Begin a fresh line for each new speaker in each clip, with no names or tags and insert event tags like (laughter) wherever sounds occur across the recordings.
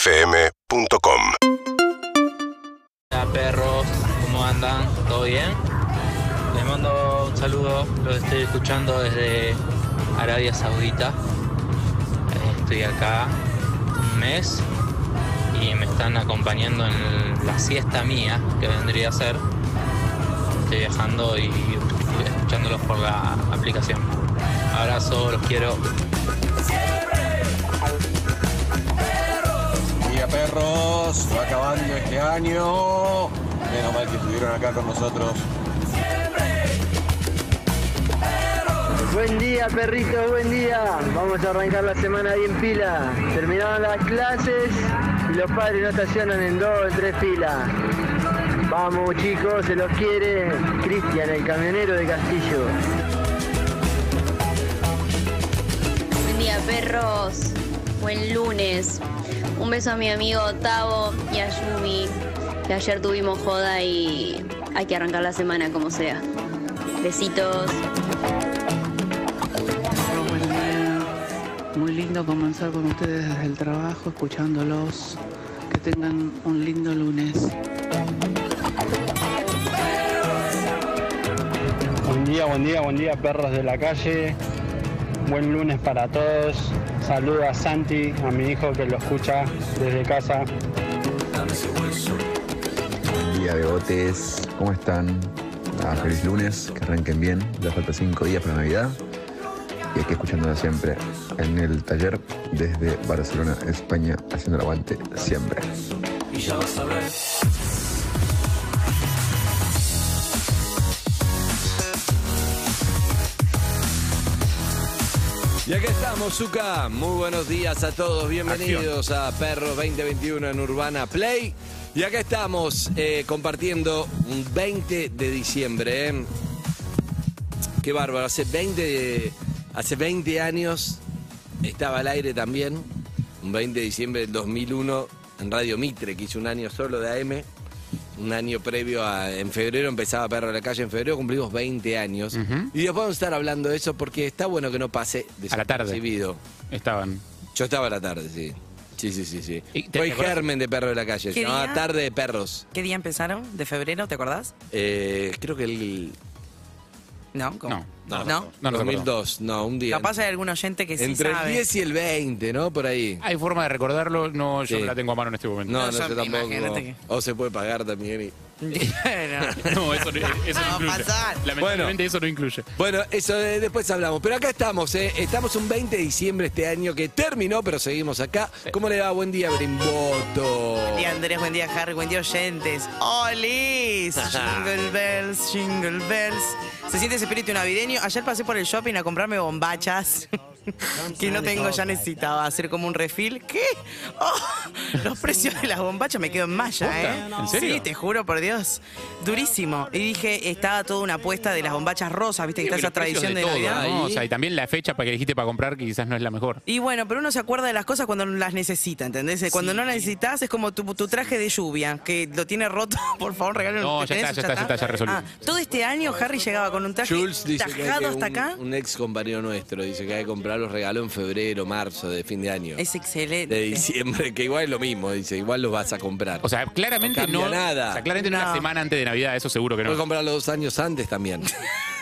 UrbanaPlayFM.com
Hola perros, ¿cómo andan? ¿Todo bien? Les mando un saludo, los estoy escuchando desde Arabia Saudita. Eh, Estoy acá un mes y me están acompañando en la siesta mía, que vendría a ser. Estoy viajando y escuchándolos por la aplicación. Abrazo, los quiero.
Día perros, va acabando este año. Menos mal que estuvieron acá con nosotros.
Buen día, perritos, buen día. Vamos a arrancar la semana bien pila. Terminaron las clases y los padres no estacionan en dos o en tres filas. Vamos, chicos, se los quiere. Cristian, el camionero de Castillo.
Buen día, perros. Buen lunes. Un beso a mi amigo Tavo y a Yumi, que ayer tuvimos joda y hay que arrancar la semana como sea. Besitos.
Muy lindo comenzar con ustedes desde el trabajo, escuchándolos. Que tengan un lindo lunes.
Buen día, buen día, buen día, perros de la calle. Buen lunes para todos. Saludo a Santi, a mi hijo que lo escucha desde casa.
Día de botes, ¿cómo están? Ah, feliz lunes, que arranquen bien, ya falta cinco días para Navidad. Y aquí escuchándola siempre en el taller desde Barcelona, España, haciendo el aguante siempre.
Y aquí estamos, Zuka. Muy buenos días a todos. Bienvenidos a Perro 2021 en Urbana Play. Y acá estamos eh, compartiendo un 20 de diciembre. ¿eh? Qué bárbaro. Hace 20, de- hace 20 años estaba al aire también. Un 20 de diciembre del 2001 en Radio Mitre, que hizo un año solo de AM. Un año previo a. En febrero empezaba Perro a la Calle. En febrero cumplimos 20 años. Y después vamos a estar hablando de eso porque está bueno que no pase
A la tarde.
desapercibido.
Estaban.
Yo estaba a la tarde, sí. Sí, sí, sí, sí.
¿Y te-
Fue
te acordás?
germen de perro de la calle. Se
¿Qué
llamaba
día?
Tarde de Perros.
¿Qué día empezaron? ¿De febrero? ¿Te acordás?
Eh, creo que el
No, ¿cómo?
No.
No.
No, no,
2002, no, un día.
Capaz hay algún oyente que sí
Entre
sabe.
el 10 y el 20, ¿no? Por ahí.
Hay forma de recordarlo, no, yo
Sí.
no la tengo a mano en este momento.
No, no,
No,
yo
yo-
tampoco.
imagínate que-
O se puede pagar también. y-
Bueno.
No, eso, no- eso no
No,
incluye.
pasar.
Lamentablemente eso no incluye.
Bueno, eso de- después hablamos. Pero acá estamos, ¿eh? Estamos un 20 de diciembre este año que terminó, pero seguimos acá. ¿Cómo le va? Buen día, Brimboto.
Buen día Andrés, buen día Harry, buen día oyentes.
(laughs)
¡Olis! Jingle bells, jingle bells. Se siente ese espíritu navideño. Ayer pasé por el shopping a comprarme bombachas. (laughs) que no tengo, ya necesitaba hacer como un refill. ¿Qué? (laughs) Oh, los precios de las bombachas me quedo en malla, ¿eh?
¿Posta? ¿En serio?
Sí, te juro, por Dios. Durísimo. Y dije, estaba toda una apuesta de las bombachas rosas, viste, que está esa tradición de, Navidad.
No, o sea, y también la fecha para que elegiste para comprar que quizás no es la
(laughs)
mejor. (laughs)
Y bueno, pero uno se acuerda de las cosas cuando las necesita, ¿entendés? Cuando no las necesitas es como tu, tu traje de lluvia, que lo tiene roto, (laughs) por favor, regálalo.
No, ya
¿Tenés
está,
un
ya está, ya está, ya resolví.
todo este año Harry llegaba con un traje
Jules dice que, hay que
tajado hasta
un,
acá.
un ex compañero nuestro dice que hay que comprar los regalos en febrero, marzo, de fin de año.
Es excelente.
de diciembre, que igual es lo mismo, dice, igual los vas a comprar.
O sea,
No
claramente no.
cambia nada.
O sea, claramente una
No.
semana antes de Navidad, eso seguro que
puedes
no.
comprar los dos años antes
(laughs)
también.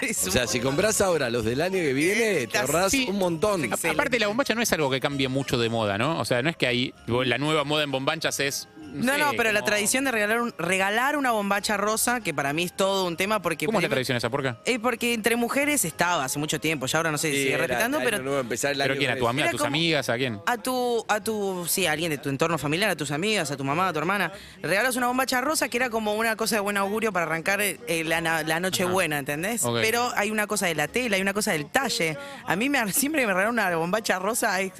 Es
o
un-
sea, si compras ahora los del año que viene, te
Estás-
ahorrás
sí.
un montón.
Excelente.
Aparte, la bombacha no es algo que cambie mucho de moda, ¿no? O sea, no es que ahí tipo, la nueva moda en bombachas es.
no,
sé,
no, pero la
como-
tradición de regalar, un- regalar una bombacha rosa, que para mí es todo un tema, porque.
¿Cómo es la
primero-
tradición esa porca?
Eh, porque entre mujeres estaba hace mucho tiempo, ya ahora no sé si
Sí,
sigue
era-
respetando,
era
pero.
nuevo, empezar el
¿Pero
año
quién? ¿A
con
tu
eso.
amiga, a
Era
tus
como-
amigas? ¿A quién?
A tu, a tu, sí, a alguien de tu entorno familiar, a tus amigas, a tu mamá, a tu hermana, regalas una bombacha rosa que era como una cosa de buen augurio para arrancar eh, la, na- la noche buena, ¿entendés?
Ok.
Pero hay una cosa de la tela, hay una cosa del talle. A mí me, (laughs) siempre que me regalaron una bombacha rosa. ay,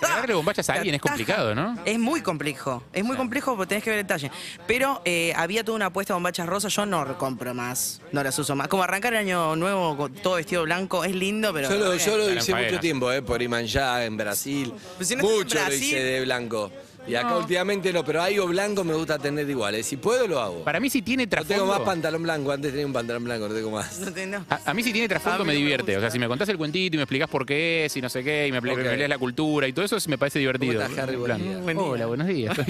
Regalarle bombachas a
la
alguien es
taja.
complicado, ¿no?
Es muy complejo, es muy complejo porque tenés que ver el talle. Pero eh, había toda una apuesta de bombachas rosas, yo no compro más, no las uso más. Como arrancar el año nuevo con todo vestido blanco es lindo, pero...
Yo lo, yo lo
Eran
hice
faenas.
mucho tiempo, eh, por Imanjá, en Brasil.
Pues si no estás en
Mucho lo
Brasil-
hice de blanco. Y acá
No.
últimamente no, pero algo blanco me gusta tener igual. eh. Si puedo, lo hago.
Para mí si tiene trasfondo...
No tengo más pantalón blanco. Antes tenía un pantalón blanco, no tengo más.
(laughs) No te- no.
A, a mí si tiene trasfondo me divierte. O sea, si me contás el cuentito y me explicás por qué es y no sé qué, y me, pl-
Ok.
me lees la cultura y todo eso, sí me parece divertido.
estás, Harry?
En
Buen
plan,
día.
Buen día.
Hola, buenos
(laughs)
días. (laughs)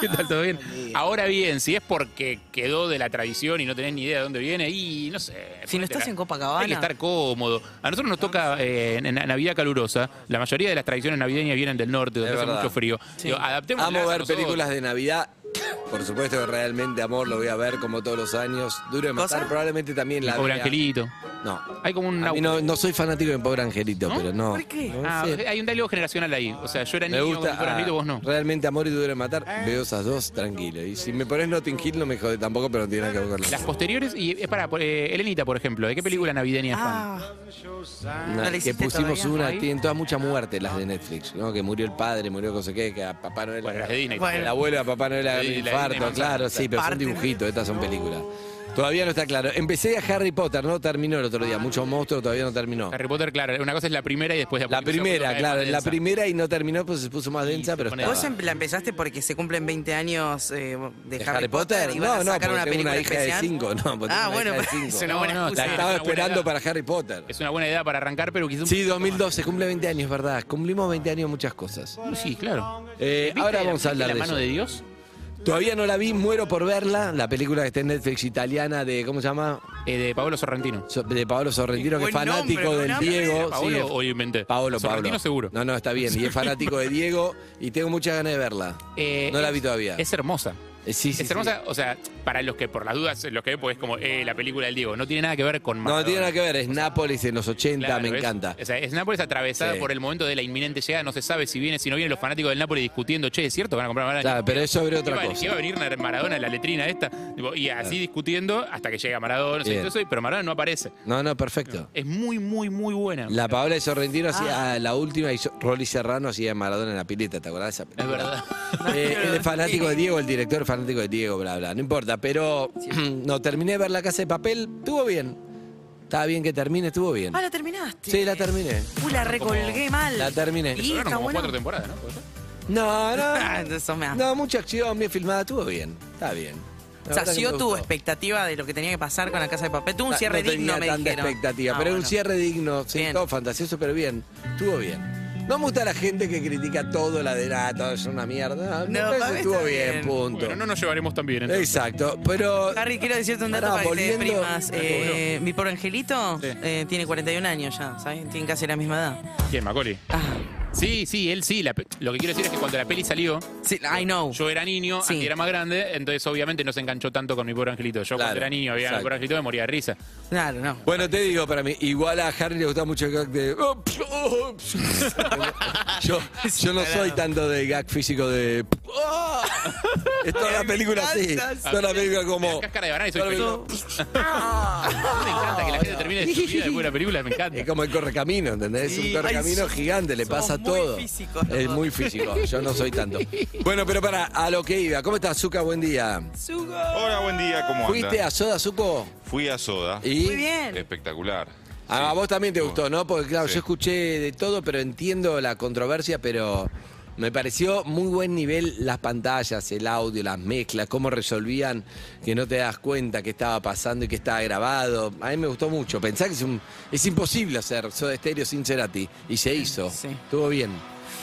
¿Qué tal? ¿Todo bien? Ahora bien, si es porque quedó de la tradición y no tenés ni idea de dónde viene, y no sé.
Si no
ponete
estás
la-
en Copacabana.
Hay que estar cómodo. A nosotros nos toca eh, en, en Navidad calurosa. La mayoría de las tradiciones navideñas vienen del norte, donde
Es
hace
verdad.
mucho frío. Digo, adaptémoslas
Amo
a
ver
nosotros.
películas de Navidad. Por supuesto que realmente amor lo voy a ver como todos los años. Duro de matar,
¿Cosa?
probablemente también la
Pobre
vea.
Angelito.
No.
Hay como un...
A mí no, no soy fanático de Pobre Angelito,
¿No?
pero no.
¿Por qué?
No
Ah,
sé.
hay un diálogo generacional ahí. O sea, yo era
Me
niño
gusta.
cuando tú eras
ah,
niño, vos no. Ah.
Realmente amor y duro de matar. Veo esas dos tranquilo. Y si me pones Notting Hill no me jode tampoco, pero no tiene nada que ver con
Las
la-
posteriores, y es para eh, Elenita, por ejemplo, ¿de qué película navideña es fan?
Ah,
Una-
¿No la
que
hiciste
pusimos
todavía?
una,
Ahí.
tienen todas mucha muerte las de Netflix, ¿no? Que murió el padre, murió no sé qué, que a papá Noel.
Bueno, las de Disney.
Bueno.
El abuelo de Papá Noel agarró un
Sí, la Disney
infarto,
Manzana.
claro, sí, pero son
Parte.
dibujitos, estas son películas. Todavía no está claro. Empecé a Harry Potter, no terminó el otro día. Muchos monstruos todavía no terminó.
Ah, Harry Potter, claro, una cosa es la primera y después de a
La
poquito se
primera,
pone
claro,
más
la
densa.
primera y no terminó, pues se puso más densa, pero
pone-
está.
¿Vos em- la empezaste porque se cumplen 20 años eh, de,
¿De Harry Potter?
y van
No,
a
no,
sacar
porque
una
tengo
película
una hija
especial?
de cinco, no, porque tengo
Ah,
una
bueno,
hija de
pero
cinco.
(laughs) es una
No,
buena
no,
excusa.
La
está-
estaba
una buena
esperando
edad.
para Harry Potter.
Es una buena idea para arrancar, pero quizás un
Sí,
poquito más.
2012, cumple 20 años, ¿verdad? Cumplimos 20 años muchas cosas.
Sí, claro.
Eh,
¿Viste
ahora
la-
vamos a
viste
hablar
la
de
mano
eso.
de Dios?
Todavía no la vi, muero por verla. La película que está en Netflix italiana de, ¿cómo se llama?
Eh, de Pablo Sorrentino.
So- De Pablo Sorrentino, que es
Buen nombre,
fanático
buen
del
nombre.
Diego.
¿Paolo
sí, es-
o inventé?
Pablo,
Sorrentino
Pablo.
seguro.
No, no, está bien. Y es fanático de Diego y tengo muchas ganas de verla.
Eh,
no la
es-
vi todavía.
Es hermosa.
Eh, sí, sí,
es
sí.
hermosa, o sea, para los que por las dudas, los que ven, pues es como eh, la película del Diego. No tiene nada que ver con
No, no
Maradona.
tiene nada que ver. Es Nápoles en los 80,
Claro,
me
es-
encanta.
O sea, es Nápoles atravesada
Sí.
por el momento de la inminente llegada. No se sabe si viene, si no vienen los fanáticos del Nápoles discutiendo, che, es cierto, van a comprar Maradona.
Claro, pero es sobre otra
¿Qué va-
cosa.
qué va a venir Nar- Maradona en la letrina esta? Tipo, Y así discutiendo hasta que llega Maradona, no sé,
Bien.
todo eso, pero Maradona no aparece.
No, no, perfecto.
Es muy, muy, muy buena.
La Paola de Sorrentino
Ah.
hacía la última y so- Rolly Serrano hacía Maradona en la pileta, ¿te acordás? de esa
es
película?
(laughs)
verdad.
Eh, él es fanático de Diego, el director es fanático de Diego, bla, bla. No importa, pero (clears throat) no, terminé de ver La Casa de Papel, estuvo bien. Estaba bien que termine, estuvo bien.
Ah, la terminaste.
Sí, la terminé.
Uy, la recolgué mal.
La terminé.
Y
Duraron
está
como
bueno.
cuatro temporadas, ¿no? ¿Puede ser?
No,
(laughs) Ah,
no.
Eso me hace.
No, mucha acción, bien filmada, estuvo bien. Está bien. La verdad que
Sació
me
tu
gustó.
expectativa de lo que tenía que pasar con la casa de papel. Tuvo un
No,
cierre
no
digno,
tenía
me
tanta
dijeron.
expectativa,
Ah,
pero era un
bueno.
cierre digno, sí,
Bien.
todo fantasioso, pero bien. Estuvo bien. No me gusta la gente que critica todo, la de nada, todo es una mierda.
No,
No, me parece
para mí
que estuvo
está
bien,
bien.
punto.
Bueno, no nos llevaremos tan bien. entonces.
Exacto, pero
Harry, quiero decirte un dato
Pará,
para que te
volviendo-
deprimas. Eh, mi pobre angelito
Ah, Sí.
eh, tiene 41 años ya, ¿sabes? Tiene casi la misma edad.
¿Quién, Macaulay?
Ah,
Sí, sí, él sí. la pe- lo que quiero decir es que cuando la peli salió,
sí, I know.
yo era niño,
Sí.
Andy era más grande, entonces obviamente no se enganchó tanto con mi pobre angelito. Yo
Claro,
cuando era niño, había mi
exacto.
pobre angelito, me moría de risa.
Claro, no.
Bueno, te digo, para mí, igual a Harry le gusta mucho el gag de... "Oh, psh, oh,
(laughs)
psh". yo, yo no soy tanto de gag físico de... "Oh". Es toda la película así. Toda la película como...
La cáscara de banana y soy
Toda la
feliz. (laughs) Me encanta que la gente termine de su vida después de la película, me encanta.
Es como el correcamino, ¿entendés?
Sí.
Es un correcamino
Ay, sos-
gigante, le
sos
pasa
muy
todo.
físicos los
es
dos.
muy físico, yo no soy
(laughs)
tanto. Bueno, pero para, a lo que iba. ¿Cómo estás, Zuka? Buen día.
Sugo.
Hola, buen día, ¿cómo andas?
¿Fuiste a Soda, Zuko?
Fui a Soda.
Y...
Muy bien.
Espectacular.
Ah, A
Sí.
vos también te gustó, ¿no? Porque claro,
Sí.
yo escuché de todo, pero entiendo la controversia, pero me pareció muy buen nivel las pantallas, el audio, las mezclas, cómo resolvían que no te das cuenta que estaba pasando y que estaba grabado. A mí me gustó mucho. Pensá que es, un- es imposible hacer Soda Stereo sin Cerati. Y se hizo.
Sí.
Estuvo bien.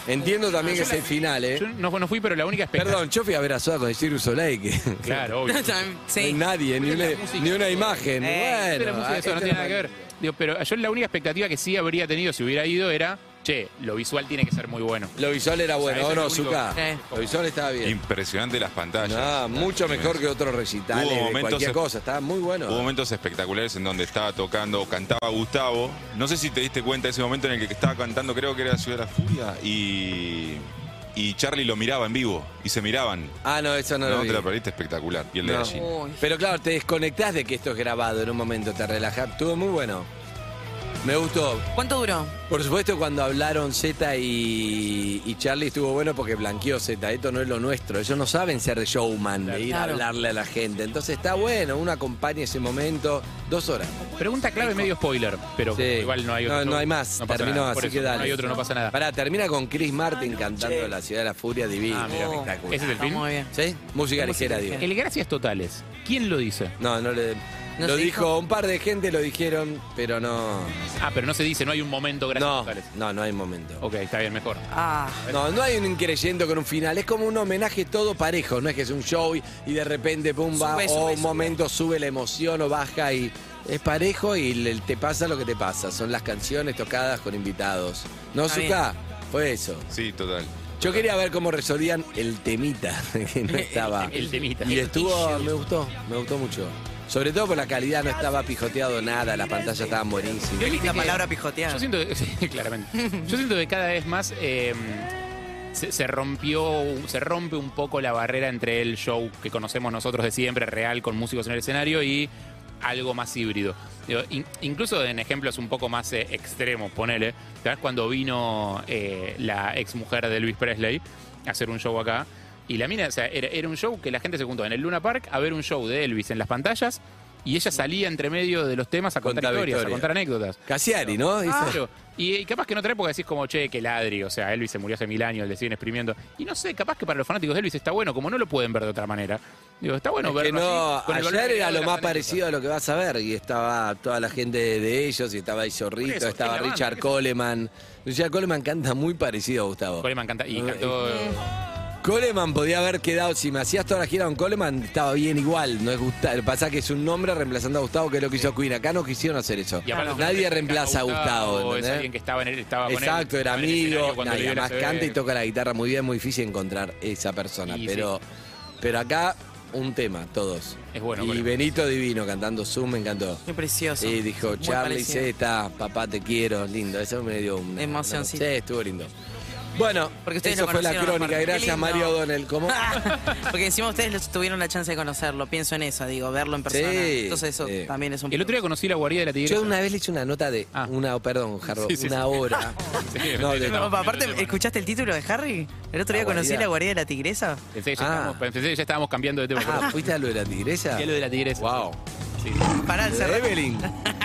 Entiendo también que es el final, ¿eh?
Ah, Yo no, no fui, pero la única expectativa.
Perdón, yo fui a ver a Soda con el Cirus Soleil, que (laughs)
Claro, obvio.
no hay
sí.
nadie, ni,
Porque
una-
la música-
ni una imagen.
Eh,
Viste
bueno,
la música de
ah,
eso no
esto
tiene
no-
nada que ver. Digo, pero yo la única expectativa que sí habría tenido si hubiera ido era, che, lo visual tiene que ser muy bueno.
Lo visual era bueno,
eso
¿o
es
no,
lo único.
Zuka?
Eh.
Lo visual estaba bien.
Impresionante las pantallas.
No, mucho mejor que otros recitales,
Hubo
de
momentos
cualquier
en-
cosa, estaba muy bueno.
Hubo momentos espectaculares en donde estaba tocando, cantaba Gustavo. No sé si te diste cuenta de ese momento en el que estaba cantando, creo que era Ciudad de la Furia, y, y Charlie lo miraba en vivo, y se miraban.
Ah, no, eso no,
No,
lo vi.
te la perdiste espectacular. Y el de
No.
allí.
Uy.
Pero claro, te desconectás de que esto es grabado en un momento, te relajás. Estuvo muy bueno. Me gustó.
¿Cuánto duró?
Por supuesto, cuando hablaron Z y, y Charlie estuvo bueno porque blanqueó Z. Esto no es lo nuestro. Ellos no saben ser showman, de ir
Claro.
a hablarle a la gente. Entonces está bueno, uno acompaña ese momento. Dos horas.
Pregunta clave medio spoiler, pero igual no hay otro.
No, no hay más.
No pasa
Terminó,
nada. Por
así
eso,
que dale.
No hay otro, no pasa nada.
Pará, termina con Chris Martin cantando La Ciudad de la Furia Divina.
Ah,
Oh.
mira.
Espectacular.
¿Ese es el film? Está muy bien.
¿Sí? Música ligera, digo.
El gracias totales. ¿Quién lo dice?
No, no le.
No
lo
se
dijo, un par de gente, lo dijeron, pero no.
Ah, pero no se dice, no hay un momento gracias
No,
totales.
no, no hay momento.
Ok, está bien, mejor.
Ah.
No, no hay un creyendo con un final. Es como un homenaje todo parejo. No es que es un show y, y de repente, pum, va.
Sube,
o
sube,
un
sube.
momento sube la emoción o baja y. Es parejo y le- te pasa lo que te pasa. Son las canciones tocadas con invitados. ¿No,
Está bien.
Zuka? Fue eso.
Sí, total.
Yo quería ver cómo resolvían el temita (laughs) que no
(laughs)
estaba.
El temita.
Y estuvo, me gustó, me gustó mucho. Sobre todo por la calidad, no estaba pijoteado nada, las pantallas estaban buenísimas.
Qué linda palabra
pijoteada.
Yo siento que, (laughs) sí, claramente. Yo siento que cada vez más eh, se, se rompió, se rompe un poco la barrera entre el show que conocemos nosotros de siempre, real, con músicos en el escenario, y algo más híbrido. Digo, in- incluso en ejemplos un poco más eh, extremos, ponele. ¿Sabes cuando vino eh, la ex mujer de Elvis Presley a hacer un show acá? Y la mina, o sea, era, era un show que la gente se juntó en el Luna Park a ver un show de Elvis en las pantallas y ella salía entre medio de los temas a contar
Contaba
historias,
historias.
a contar anécdotas.
Casiari, ¿no?
Ah.
Hizo-
Claro. Y, y capaz que en otra época decís como, che, que ladri, o sea, Elvis se murió hace mil años, le siguen exprimiendo. Y no sé, capaz que para los fanáticos de Elvis está bueno, como no lo pueden ver de otra manera. Digo, está bueno
Es que
verlo
no,
así, con el valor
ayer era
agregado de
lo
las
más
anécdotas.
parecido a lo que vas a ver. Y estaba toda la gente de ellos, y estaba ahí Zorrito,
Por eso,
estaba
es la banda,
Richard
es eso.
Coleman. Richard Coleman canta muy parecido a Gustavo.
Coleman canta,
Eh,
y cantó,
eh,
Coleman podía haber quedado, si me hacías toda la gira con Coleman, estaba bien igual. No es Gustavo. Pasa que es un nombre reemplazando a Gustavo, que es lo que hizo Queen. Acá no quisieron hacer eso.
y aparte-
Nadie reemplaza a Gustavo.
Es
¿entendés?
alguien que estaba, en él, estaba con él.
Exacto, era
estaba en el escenario
amigo.
cuando
nada,
le dio la
además
CB.
canta y toca la guitarra muy bien, muy difícil encontrar esa persona.
Y
pero, pero acá, un tema, todos.
Es bueno,
Y
bueno.
Benito Divino cantando Zoom, me encantó.
Qué precioso.
Y dijo,
Muy
Charlie
parecido.
Z, papá te quiero, lindo. Eso me dio una
Emoción,
una-
sí.
Sí, estuvo lindo. Bueno,
Porque ustedes
eso
lo
fue la
conocieron,
crónica.
aparte. Qué
Gracias,
lindo.
Mario O'Donnell.
(laughs)
¿Cómo?
Porque encima ustedes los- tuvieron la chance de conocerlo, pienso en eso, digo, verlo en persona.
Sí,
Entonces eso
sí.
también es un
El otro día conocí la guarida de la tigresa.
Yo una vez le hice una nota de una, perdón, Jarro,
Ah. Sí, sí,
una
sí.
hora.
(laughs) Sí,
No, de-
No, aparte, ¿escuchaste el título de Harry? El otro día
La
conocí
guarida.
la guarida de la tigresa.
Pensé que, ya
Ah.
estábamos, pensé que ya estábamos cambiando de tema.
Ah, ¿fuiste a lo de la tigresa?
Y a lo de la tigresa.
Wow.
Sí.
Pará,
¿De
cerrá.
Evelyn?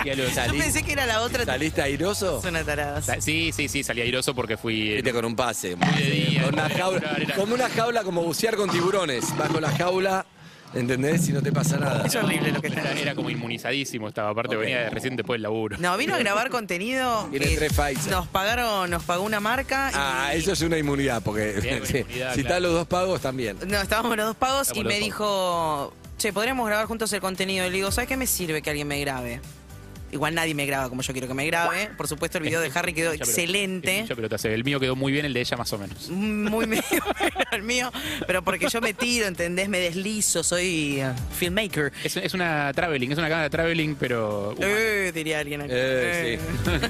Y a lo de-
Yo pensé que era la otra.
¿Saliste airoso?
Es una tarada.
Sa- Sí, sí, sí, salí airoso porque fui.
Viste con un pase.
de día,
Con una
era-
jaula,
era-
como una jaula, como bucear con tiburones. Vas con la jaula, ¿entendés? Y no te pasa nada.
Es horrible lo que
Era,
está.
era como inmunizadísimo estaba, aparte venía de recién después del laburo.
No, vino a grabar contenido.
Tiene
que
tres fights.
Nos pagaron, nos pagó una marca. y-
Ah, eso es una inmunidad, porque (laughs)
Bien, una
sí,
inmunidad,
si
claro.
están los dos pagos, también.
No, estábamos los dos pagos
Estábamos
y
los
me
dos
dijo, che, podríamos grabar juntos el contenido. Y le digo, ¿sabes qué me sirve que alguien me grabe? Igual nadie me graba como yo quiero que me grabe. Por supuesto, el
(laughs)
video de Harry quedó
Es mucha pelota, es
excelente.
mucha pelota, se ve. El mío quedó muy bien, el de ella más o menos.
Muy (laughs) medio bueno el mío. Pero porque yo me tiro, ¿entendés? Me deslizo, soy eh, filmmaker.
Es, es una traveling, es una cámara traveling, pero. humana.
Eh, diría alguien acá.
Eh,
Eh. (laughs)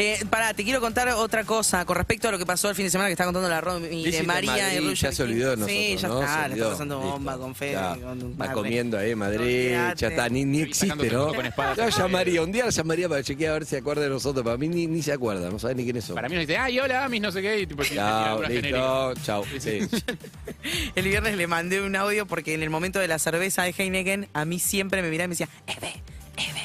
Eh, pará, te quiero contar otra cosa con respecto a lo que pasó el fin de semana que estaba contando la
¿Qué
Romy de
hiciste en
María y
Madrid?
Ruggeri.
Ya se olvidó de nosotros,
Sí, ya
¿no? Se
está, la
olvidó.
está pasando bomba
Listo.
con Fede.
Ya.
con-
Está comiendo ahí, Madrid.
Olvídate.
Ya está, ni, ni
Ahí sacando
existe, ¿no?
con espadas.
Yo llamaría, un día la llamaría para chequear a ver si se acuerda de nosotros. Para mí ni, ni se acuerda, no sabe ni quiénes son.
Para mí nos dice, ay, hola, Amis, no sé qué. Y tipo, tiene
Chao,
algunas genéricas.
listo, chao. sí.
El viernes le mandé un audio porque en el momento de la cerveza de Heineken, a mí siempre me miraba y me decía, Eve, Eve,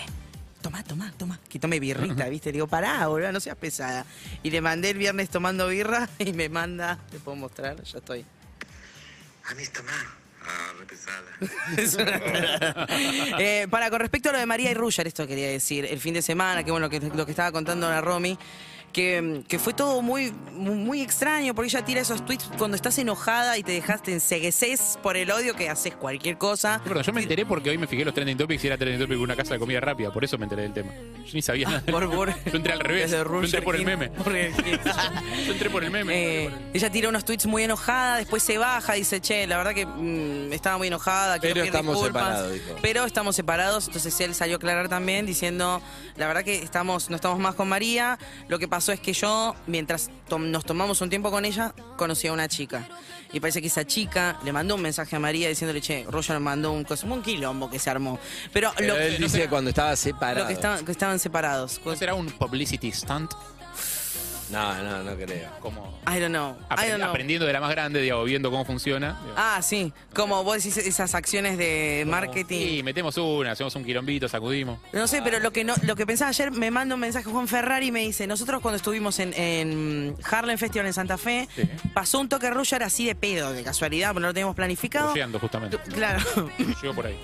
toma, toma, toma. Que tome birrita, ¿viste? Le digo, pará, boludo, no seas pesada. Y le mandé el viernes tomando birra (laughs) y me manda, te puedo mostrar, ya estoy. (laughs)
A mí está mal. Ah, repesada.
Es una (laughs) tarada. Eh, para, con respecto a lo de María y Ruller, esto quería decir, el fin de semana, que bueno, que, lo que estaba contando la Romy, que, que fue todo muy, muy muy extraño, porque ella tira esos tweets cuando estás enojada y te dejaste ensegueces por el odio que haces cualquier cosa.
Sí, perdón, yo me enteré porque hoy me fijé los trending topics y era trending topic una casa de comida rápida, por eso me enteré del tema. Yo ni sabía nada.
Por, por-
Yo entré al revés.
Desde
Yo entré
Ruger
por el
King,
meme.
Burger King.
Yo entré por el meme.
Eh, ella tira unos tweets muy enojada, después se baja, dice, che, la verdad que mm, estaba muy enojada, quiero
Pero
pedir
estamos
disculpas,
separados, dijo.
Pero estamos separados, entonces él salió a aclarar también diciendo, la verdad que estamos, no estamos más con María, lo que pasó es que yo, mientras tom- nos tomamos un tiempo con ella, conocí a una chica. Y parece que esa chica le mandó un mensaje a María diciéndole, che, Roger me mandó un, cos- un quilombo que se armó. Pero,
Pero
(laughs) lo,
él
lo
dice cuando estaba
que,
separado.
estaban- que estaban separados.
¿No será un Pues publicity stunt?
No, no, no creo.
Como
I don't know. I
apre-
don't know.
aprendiendo de la más grande, digamos, viendo cómo funciona. digamos.
Ah, sí. Como vos decís esas acciones de marketing.
Sí, metemos una, hacemos un quilombito, sacudimos.
No sé, pero lo que no, lo que pensaba ayer me manda un mensaje Juan Ferrari y me dice, nosotros cuando estuvimos en, en Harlem Festival en Santa Fe,
Sí.
pasó un toque rush, era así de pedo, de casualidad, porque no lo teníamos planificado.
Rusheando, justamente.
Claro.
(laughs) Llegó por ahí.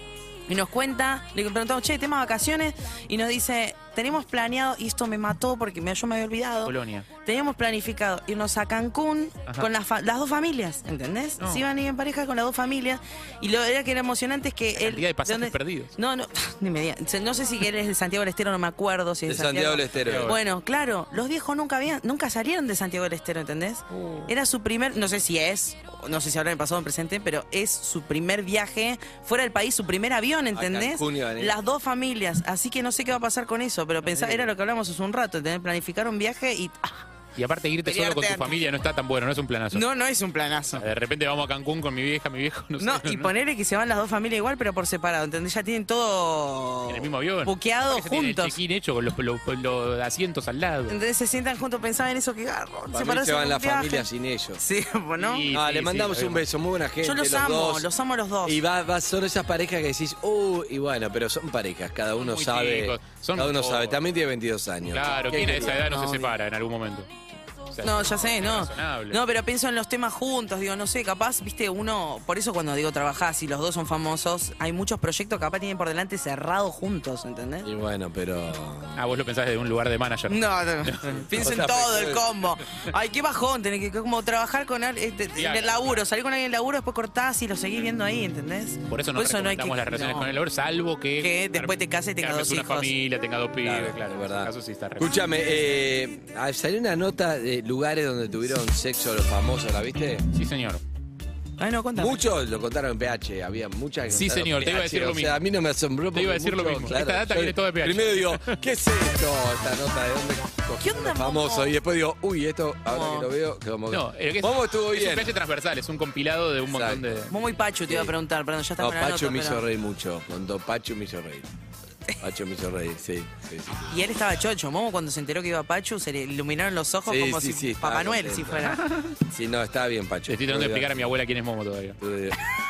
Y nos cuenta, le preguntamos, che, tema vacaciones, y nos dice, tenemos planeado, y esto me mató porque me, yo me había olvidado.
Colonia.
Teníamos planificado irnos a Cancún
Ajá.
con las, fa- las dos familias, ¿entendés?
No.
Se iban a ir en pareja con las dos familias. Y lo era que era emocionante es que él.
Día de pasajes
¿dónde-
perdidos.
No, (laughs) no, ni me diga. Se- No sé si él es de Santiago del Estero, no me acuerdo si es
De
de,
Santiago del Estero.
Bueno, claro, los viejos nunca habían, nunca salieron de Santiago del Estero, ¿entendés? Era su primer, no sé si es, no sé si ahora en el pasado o en el presente, pero es su primer viaje fuera del país, su primer avión, ¿entendés?
Cancún iban a ir.
Las dos familias, así que no sé qué va a pasar con eso, pero pensá, era lo que hablamos hace un rato, ¿entendés? Planificar un viaje y... ah,
Y aparte irte solo con tu
Pelearte antes.
familia no está tan bueno, no es un planazo.
no, no es un planazo.
De repente vamos a Cancún con mi vieja, mi viejo, no, sé.
No, y ponerle que se van las dos familias igual, pero por separado, ¿entendés? Ya tienen todo...
En el mismo avión.
Buqueado
Aparte tiene el
juntos.
check-in hecho con los, los- los asientos al lado.
Entonces se sientan juntos, pensaba en eso que garro.
Para mí
separarse
se van
en
la
un viaje.
familia sin ellos.
(laughs)
Sí, bueno.
Ah, le mandamos un beso, muy buena gente.
Yo los, amo,
dos.
los amo los dos.
Y va, va- son esas parejas que decís, uh, y bueno, pero son parejas, cada uno
muy
sabe.
chicos, son
cada uno
muy
sabe,
jóvenes.
también tiene 22 años.
Claro,
¿Qué
¿quién a
querés?
esa edad no,
No,
se separa en algún momento? O sea,
No, ya sé, no.
razonable.
No, pero pienso en los temas juntos, digo, no sé, capaz, viste, uno, por eso cuando digo trabajar, si los dos son famosos, hay muchos proyectos que capaz tienen por delante cerrados juntos, ¿entendés?
Y bueno, pero.
Ah, vos lo pensás desde un lugar de manager. (laughs)
No,
(laughs)
no, no. pienso
O sea,
en todo
pensé-
pues,
el combo. Ay, qué bajón, tener que como trabajar con al- este, en el laburo, salir con alguien en el laburo, después cortás y lo seguís viendo ahí, ¿entendés?
Por eso no
hay que-
recomendamos las relaciones
no.
con el labor, salvo que...
Que después te cases y tengas
armes
dos
una
hijos.
familia, tenga dos pibes, claro, en
verdad.
ese caso sí está re mal.
Escúchame, eh, ah, salió una nota de lugares donde tuvieron sexo los famosos, ¿la viste?
Sí, señor.
Ay, no, contame.
Muchos lo contaron en PH, había muchas que
Sí,
contaron
señor, te iba
PH,
a decir lo
O sea,
mismo.
a mí no me asombró.
Te iba a
porque
decir lo
muchos,
mismo. Esta data
yo
viene toda de PH.
Primero digo, ¿qué es esto? Esta nota, ¿de dónde cogieron los famosos? Y después digo, uy, esto, ahora que lo veo, como...
No, eh, que es,
Momo estuvo
es
bien.
un pez transversal, es un compilado de un montón de...
Momo y Pachu te iba a preguntar, perdón, ya está
No,
con la
Pacho
nota,
me hizo
pero-
reír mucho. Cuando Pacho me hizo reír. Pacho me hizo reír, sí. sí, sí.
Y él estaba chocho. Momo, cuando se enteró que iba Pachu, se le iluminaron los ojos
Sí,
como
sí,
si
sí, estaba
Papá Noel, si
contento.
fuera.
Sí, no, está bien, Pacho.
Le estoy tratando de explicar a mi abuela quién es Momo todavía.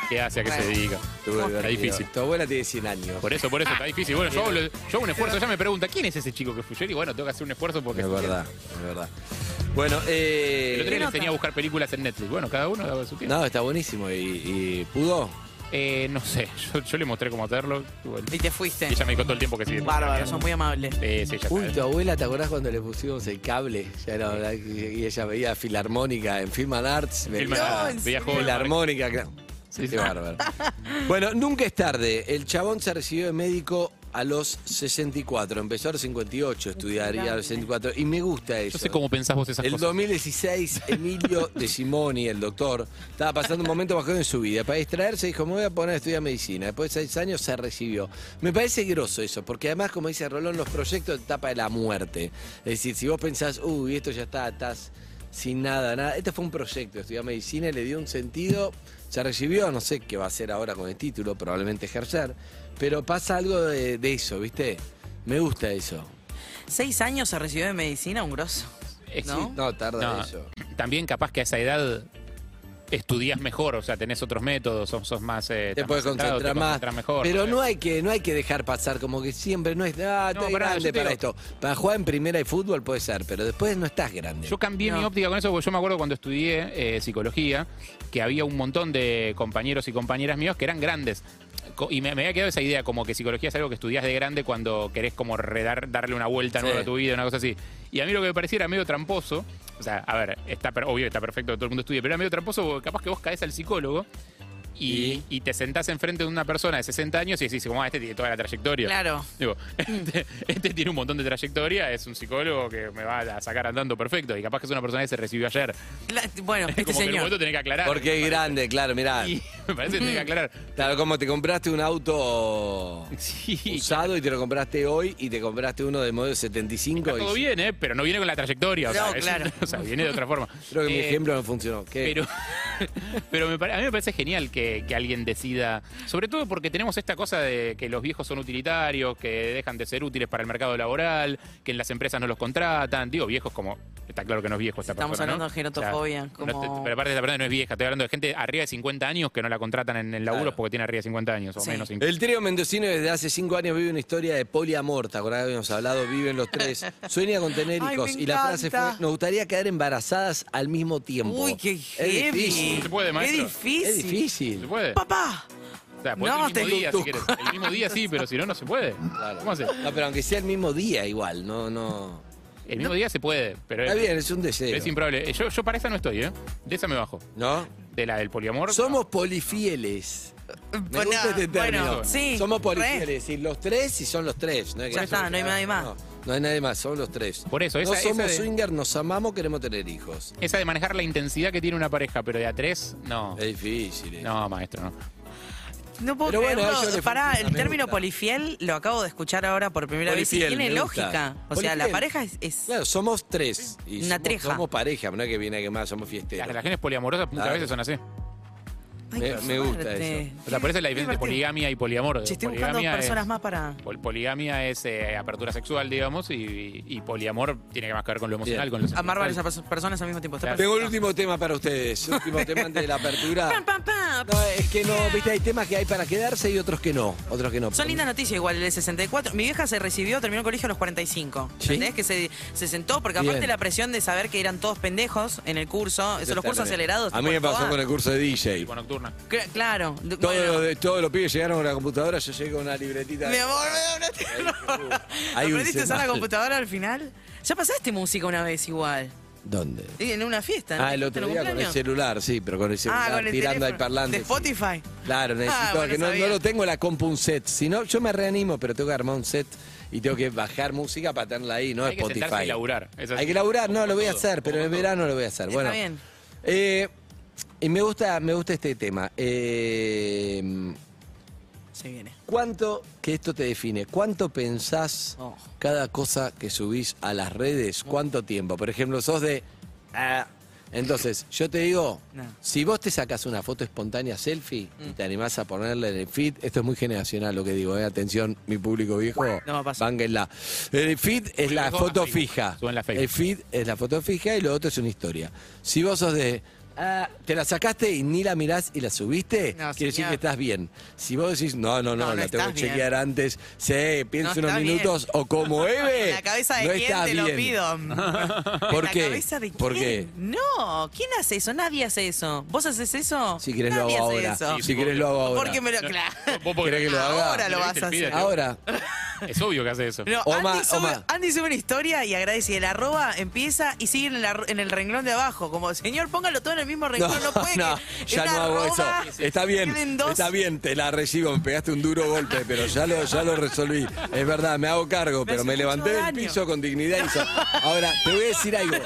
¿Qué hace? ¿A qué se
Bueno.
dedica? (laughs) Está difícil.
Tu abuela tiene 100 años.
Por eso, por eso, está difícil. Bueno, yo hago, lo- yo hago un esfuerzo. Ella me pregunta, ¿quién es ese chico que fui yo? Y bueno, tengo que hacer un esfuerzo porque...
Es verdad, es verdad. Bueno, eh...
El otro día le enseñé a buscar películas en Netflix. Bueno, cada uno daba su tiempo.
No, está buenísimo. ¿Y, y pudo?
Eh, no sé, (laughs) yo, yo le mostré cómo hacerlo. Y, bueno,
Y te fuiste.
y ella me dijo todo el tiempo que sí.
Bárbaro, son muy amables.
Eh, sí, ya está.
Uy, tu abuela, ¿te acordás cuando le pusimos el cable? Ya era, verdad, y ella veía Filarmónica en Film and Arts.
Film and Arts, No, veía Hallmark.
Filarmónica, claro. Qué bárbaro.
(laughs)
Bueno, nunca es tarde. El chabón se recibió de médico a los 64. Empezó a los 58, estudiaría a los 64. Y me gusta eso.
Yo sé cómo pensás vos esas
El
cosas. (laughs)
2016, Emilio de Simoni, el doctor, estaba pasando un momento bajón en su vida. Para distraerse dijo, me voy a poner a estudiar medicina. Después de seis años se recibió. Me parece groso eso, porque además, como dice Rolón, los proyectos de etapa de la muerte. Es decir, si vos pensás, uy, esto ya está, estás sin nada, nada. Este fue un proyecto, estudiar medicina y le dio un sentido. Se recibió, no sé qué va a hacer ahora con el título, probablemente ejercer. Pero pasa algo de, de eso, ¿viste? Me gusta eso.
Seis años se recibió de medicina, un grosso.
Es-
¿No?
No, tarda
No.
eso.
También capaz que a esa edad estudias mejor, o sea, tenés otros métodos, sos, sos más... eh,
Te
estás
puedes
más centrado,
concentrar
te
más.
concentras mejor.
pero
sé.
no hay, que, no hay que dejar pasar, como que siempre no es. Ah,
No,
estoy
pará,
grande
yo te
para
digo-
esto. Para jugar en primera y fútbol puede ser, pero después no estás grande.
Yo cambié mi óptica con eso porque yo me acuerdo cuando estudié eh, psicología que había un montón de compañeros y compañeras míos que eran grandes. Co- Y me, me había quedado esa idea como que psicología es algo que estudias de grande cuando querés como redar, darle una vuelta
Sí.
nueva a tu vida, una cosa así. Y a mí lo que me parecía era medio tramposo. O sea, a ver, está per- obvio, está perfecto que todo el mundo estudie, pero era medio tramposo porque capaz que vos caes al psicólogo y, y te sentás enfrente de una persona de 60 años y decís, como, ah, este tiene toda la trayectoria.
Claro. Mm.
Digo, este, este tiene un montón de trayectoria, es un psicólogo que me va a sacar andando perfecto. Y capaz que es una persona que se recibió ayer.
Cla- Bueno, este
Como que en un
señor. Mm.
momento tenés que aclarar.
Porque es grande, claro, mirá.
Y (laughs) me parece que tenés que aclarar.
Claro, como te compraste un auto
Sí.
usado y te lo compraste hoy y te compraste uno de modelo 75.
Está todo
y-
bien, ¿eh? Pero no viene con la trayectoria. o
No,
sea, es-
claro.
(laughs) o sea, viene de otra forma.
Creo que mi
Eh,
ejemplo no funcionó. ¿Qué?
Pero, pero me pare- a mí me parece genial que, que alguien decida, sobre todo porque tenemos esta cosa de que los viejos son utilitarios, que dejan de ser útiles para el mercado laboral, que en las empresas no los contratan, digo viejos como Está claro que no es viejo esta
Estamos
persona.
hablando de gerotofobia,
¿no? O sea, no
como-
te- pero aparte, esta persona no es vieja. Estoy hablando de gente arriba de 50 años que no la contratan en el laburo porque tiene arriba de 50 años o menos. incluso.
El trío mendocino desde hace cinco años vive una historia de poliamor, ¿te acordás que habíamos hablado? Viven los tres, sueña con tener
Ay,
hijos.
me
y la frase fue,
encanta.
nos gustaría quedar embarazadas al mismo tiempo.
Uy, qué
Es
heavy.
difícil.
Se puede, Qué maestro. difícil.
Es difícil.
¿Se puede?
¡Papá!
O sea, podés
No,
el mismo
te-
día, si
tu-
querés. El mismo día sí, pero si no, no se puede. ¿Cómo haces?
No, pero aunque sea el mismo día igual, no, no.
El mismo día se puede, pero
Está bien, es un deseo.
es improbable. Eh, Yo, yo para esa no estoy, ¿eh? De esa me bajo.
¿No?
De la del poliamor.
Somos polifieles.
Eh,
Me gusta este término. Somos polifieles. Y los tres, y son los tres. No es que
Ya está,
somos-
no hay nadie más.
No, no hay nadie más, son los tres.
Por eso, esa-
No somos
esa de-
swinger, nos amamos, queremos tener hijos.
Esa de manejar la intensidad que tiene una pareja, pero de a tres, no.
Es difícil. eh.
No, maestro, no.
No puedo
Pero bueno,
creerlo.
a ellos les
Pará,
funciona,
el
me
término
gusta.
polifiel lo acabo de escuchar ahora por primera vez y
Polifiel,
tiene
me gusta.
lógica. O sea, la
Polifiel.
pareja es. es-
Claro, somos tres. Y
Una
somos,
treja.
Somos pareja, no es que viene a quemar, somos fiesteros.
Las relaciones poliamorosas muchas
Claro.
veces son así.
Ay,
Me,
qué
me gusta
fuerte.
eso.
O sea, por eso es la diferencia entre
divertido.
poligamia y poliamor.
Che, estoy buscando
poligamia
personas
es,
más para.
pol- poligamia es eh, apertura sexual, digamos, y, y poliamor tiene más que ver con lo emocional, con lo sexual.
Amar varias perso- personas al mismo tiempo. Está
Tengo el
perfecto.
último tema para ustedes. Último tema antes de la apertura.
(laughs) Pam, pam, pam.
No, eh. es que no, viste, hay temas que hay para quedarse y otros que no. Otros que no.
Son lindas noticias igual, el 64. Mi vieja se recibió, terminó el colegio a los 45.
¿Sí?
¿Entendés? Que se, se sentó, porque
Bien.
aparte la presión de saber que eran todos pendejos en el curso, eso, los cursos acelerados.
A mí me
tipo,
pasó
ah,
con el curso de DJ.
Tipo nocturna.
cl- Claro. d-
Todos,
bueno,
los, de- todos los pibes llegaron con la computadora, yo llegué con una libretita.
mi amor, me da una terror.
Hay un
¿Aprendiste a usar la
semal.
computadora al final? Ya pasaste música una vez igual.
¿Dónde?
Y En una fiesta. ¿no?
Ah, el otro
¿En un
día con el
cumpleaños?
celular, sí, pero con el celular
Ah, con el
Este, tirando al
teléfono.
parlante.
De
sí.
Spotify.
Claro, necesito
Ah, bueno,
que no,
sabía.
no lo tengo la compu un set. Si no, yo me reanimo, pero tengo que armar un set y tengo que bajar música para tenerla ahí, no
Hay que
Spotify.
sentarse y laburar. Es así.
Hay que laburar, no,
Como
lo voy a
todo,
hacer, pero
como
en
todo.
verano lo voy a hacer.
Está
bueno.
bien.
eh, y me gusta, me gusta este tema. Eh,
Se viene.
¿Cuánto, que esto te define, cuánto pensás
Oh.
cada cosa que subís a las redes? ¿Cuánto tiempo? Por ejemplo, sos de... ah, Entonces, yo te digo,
No. Mm.
si vos te sacás una foto espontánea selfie y te animás a ponerla en el feed, esto es muy generacional lo que digo, ¿eh? atención, mi público viejo,
No va a pasar.
bánguenla. El feed es la
viejo a
foto
Facebook.
fija.
Suben la Facebook.
El feed es la foto fija y lo otro es una historia. Si vos sos de... ah, te la sacaste y ni la mirás y la subiste,
No,
quiere decir
señor.
que estás bien. Si vos decís, no, no, no,
No, no
la tengo que
estás bien.
chequear antes, sí, pienso
No
unos
estás
minutos, o
(laughs)
como Eve,
¿En la cabeza de
no
quién
estás
te lo
bien. (laughs)
pido? ¿En
¿Por
la
qué?
cabeza de
¿Por
quién?
qué?
No, ¿quién hace eso? Nadie hace eso. ¿vos haces eso?
Si querés lo
Nadie
hago
hace
ahora.
eso.
Si querés lo hago ahora.
Porque me
(laughs)
lo. Claro.
Vos porque-
¿Querés que lo haga?
Ahora lo vas
¿Viste
a
el pibe?
hacer.
Ahora,
Es obvio que hace
(laughs)
eso.
No,
Oma,
Andy, sube,
Oma.
Andy sube una historia y agradece. Y el arroba empieza y sigue en, la- en el renglón de abajo. Como, señor, póngalo todo en el mismo renglón. No, puede
(laughs) no,
que
ya
en
no hago eso.
arroba (laughs)
Está
queden
bien,
dos.
está bien, te la recibo, me pegaste un duro golpe, pero ya lo, ya lo resolví. Es verdad, me hago cargo, pero
hace
me
mucho
levanté del
daño.
piso con dignidad. y so- Ahora, te voy a decir
(laughs)
algo.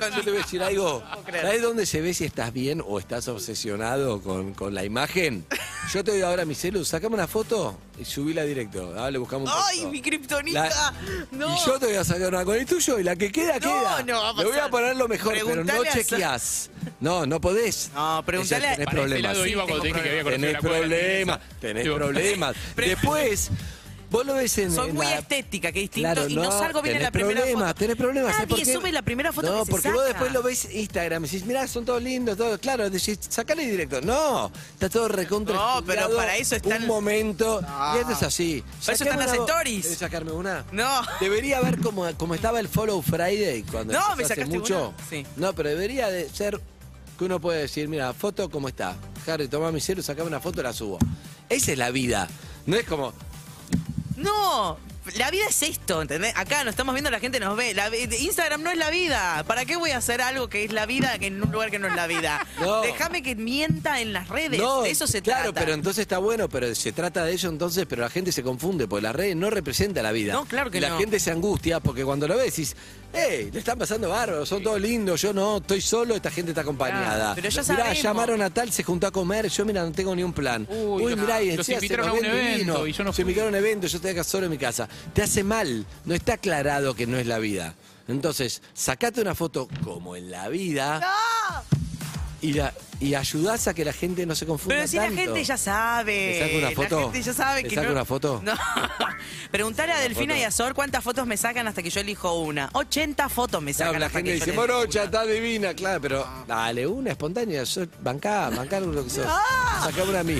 Yo te voy a decir algo.
creer.
¿Sabes dónde se ve si estás bien o estás obsesionado con, con la imagen? Yo te doy ahora mi celu, sacame una foto y subíla directo. Ah, le buscamos un
¡Ay,
texto.
mi kriptonita!
La-
No.
Y yo te voy a sacar una con el tuyo y la que queda,
No,
queda.
no va a
Le voy a
pasar.
poner lo mejor, pero no
Preguntale a Sa-
chequeás. No, no podés.
No,
Ella,
preguntale a-
Tenés
Para ese
problemas.
lado iba cuando te dije que había conocido
Tenés
la cuadra
problemas.
feliz.
Tenés
Digo, (laughs)
problemas. Después, vos lo ves en.
Soy
en
muy
la-
estética, que distinto.
Claro,
y no, salgo bien en la primera
tenés problemas,
foto.
Tenés problemas, ¿sabés
Nadie
por qué?
sube la primera foto
No,
que se
porque
saca.
vos después lo ves Instagram y decís, mirá, son todos lindos, todos, claro, decís, sacale directo. No, está todo recontra
No, pero
estudiado,
para eso están- Ah.
Un momento, y esto es así.
Para eso están
Sacame
las
una-
stories.
¿Querés sacarme una?
No.
Debería ver cómo, cómo estaba el Follow Friday cuando
No,
empezó
me
hace
sacaste
mucho.
una. Sí.
No, pero debería de ser que uno puede decir, mira, foto cómo está. Harry, toma mi celu, sacame una foto, la subo. Esa es la vida. No es como,
No, la vida es esto, ¿entendés? Acá nos estamos viendo, la gente nos ve. La vi- Instagram no es la vida. ¿Para qué voy a hacer algo que es la vida en un lugar que no es la vida?
(laughs) No.
Déjame que mienta en las redes.
No,
de eso se
claro,
trata.
pero entonces está bueno, pero se trata de ello entonces, pero la gente se confunde, porque las redes no representa la vida.
No, claro que
la
no.
La gente se angustia porque cuando lo ves decís, hey, le están pasando bárbaro, son todos lindos, yo no, estoy solo, esta gente está acompañada.
Claro, pero ya
mirá,
sabemos.
llamaron a tal, se juntó a comer, yo mira, no tengo ni un plan.
Uy, no.
mirá, y
Los
encima se
invitaron
nos
a un
ven
evento
divino,
y yo no
se me
fui.
un evento, yo estoy acá solo en mi casa. Te hace mal, no está aclarado que no es la vida. Entonces, sacate una foto como en la vida. Y, la, y ayudás a que la gente no se confunda.
Pero si la
tanto.
gente ya sabe.
¿Le saco una foto?
La gente ya sabe
¿Le
que
saco
no-
una foto?
(laughs) No. Preguntale a Delfina
foto.
y a Sor cuántas fotos me sacan hasta que yo elijo una. 80 fotos me sacan.
Claro, la
hasta
gente
que yo
dice,
elijo
morocha, está divina, claro, pero dale, una espontánea, yo, bancá, bancá lo que sos. Sacá una a mí.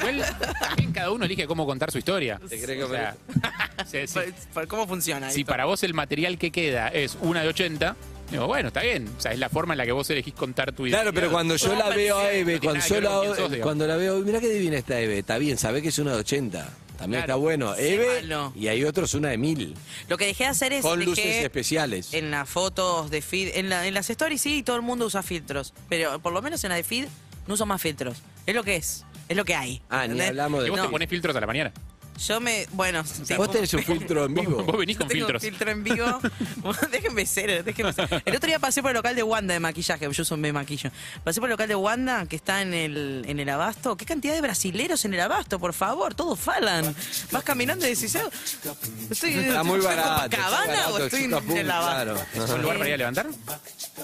Igual, también cada uno elige cómo contar su historia.
¿Te crees que
O sea, (laughs) sí, sí.
¿Cómo funciona
Si para vos el material que queda es una de 80, digo, bueno, está bien. O sea, es la forma en la que vos elegís contar tu identidad.
Claro, pero cuando yo la veo a Eve,
No tiene
cuando yo
nada
la,
que ver con quién sos, digamos.
cuando la veo, eh, mirá qué divina está Eve, está bien, sabés que es una de 80, también
Claro.
está bueno.
Sí,
Eve,
malo.
y hay otros una de mil,
una. Lo que dejé de hacer es.
con luces
dejé-
especiales.
En las fotos de feed, en, la- en las stories sí, todo el mundo usa filtros. Pero por lo menos en la de feed no uso más filtros. Es lo que es. Es lo que hay.
Ah, ni
¿entendés?
hablamos
Y
de...
vos te
No.
pones filtros a la mañana.
Yo me. Bueno, tengo-
Vos tenés un filtro en vivo.
(laughs) Vos venís con
tengo
filtros.
filtro en (laughs) vivo. Bueno, déjenme ser, déjenme ser. El otro día pasé por el local de Wanda de maquillaje, yo soy me maquillo. Pasé por el local de Wanda que está en el, en el abasto. ¿Qué cantidad de brasileros en el abasto, por favor? Todos falan. Vas caminando y decís, "Ah, estoy,
Está muy
estoy en
barato. está
Copacabana o
barato,
estoy en
Chuca Pum,
el abasto.
claro.
¿Es un lugar para ir a levantar?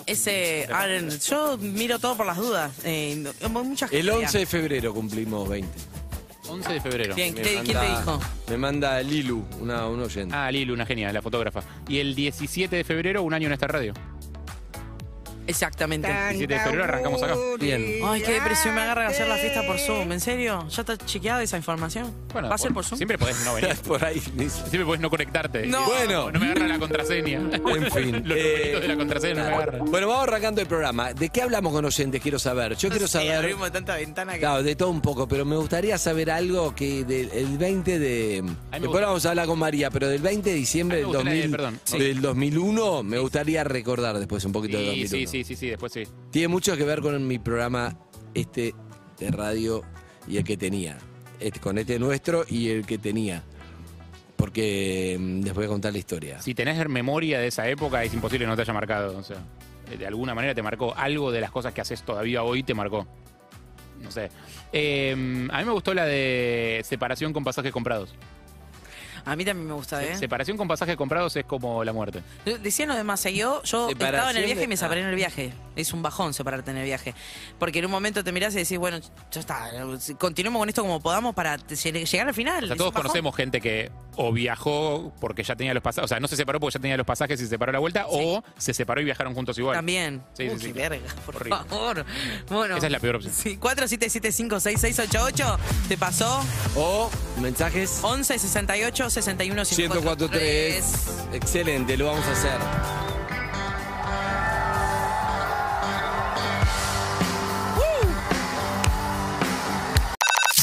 Ese, ah, yo miro todo por las dudas. Eh, no- mucha gente.
El 11 de febrero cumplimos 20.
11 de febrero.
Bien,
Me
¿qué- ¿quién te
manda-
dijo?
Me manda Lilu, una, un oyente.
Ah, Lilu, una genia, la fotógrafa. Y el 17 de febrero, un año en esta radio.
Exactamente.
El 17 de febrero arrancamos acá.
Bien.
Ay, qué depresión me agarra hacer la fiesta por Zoom. ¿En serio? ¿Ya está chequeada esa información?
Bueno,
¿Va a ser
por-
por Zoom?
Siempre podés
(laughs)
no venir.
Por ahí. dice.
Siempre podés no conectarte.
No.
Bueno.
No me agarra
(laughs)
la contraseña.
En fin. eh,
Los numeritos de la contraseña no me agarran.
Bueno, vamos arrancando el programa. ¿De qué hablamos con oyentes? Quiero saber. Yo quiero
Sí,
saber.
abrimos tanta ventana que...
Claro, de todo un poco, pero me gustaría saber algo que del el 20 de. Después
gusta.
vamos a hablar con María, pero del 20 de diciembre
A mí
del,
me gusta la de-
2000
perdón, sí.
del 2001, me gustaría recordar después un poquito del
Sí,
2001.
sí, sí, sí, sí, después sí.
Tiene mucho que ver con mi programa este de radio y el que tenía. Este- con este nuestro y el que tenía. Porque mm, les voy a contar la historia.
Si tenés memoria de esa época, es imposible que no te haya marcado. O sea, de alguna manera te marcó. Algo de las cosas que haces todavía hoy te marcó. No sé. Eh, a mí me gustó la de separación con pasajes comprados.
A mí también me gusta, ¿eh?
Separación con pasajes comprados es como la muerte.
Decían los demás, ¿eh? yo, yo
Separación
estaba en el viaje y
de-
me separé
ah.
en el viaje. Es un bajón separarte en el viaje. Porque en un momento te mirás y decís, bueno, ya está, continuemos con esto como podamos para te- llegar al final.
O sea,
Es
todos
un bajón.
conocemos gente que o viajó porque ya tenía los pasajes, o sea, no se separó porque ya tenía los pasajes y se separó a la vuelta, o se separó y viajaron juntos igual.
También.
Sí, sí,
Uy,
sí.
qué verga, por
Horrible.
favor. Bueno.
Esa es la peor opción.
Sí, 47756688 te pasó
O mensajes
11 68 61
1043.
543.
Excelente, lo vamos a hacer.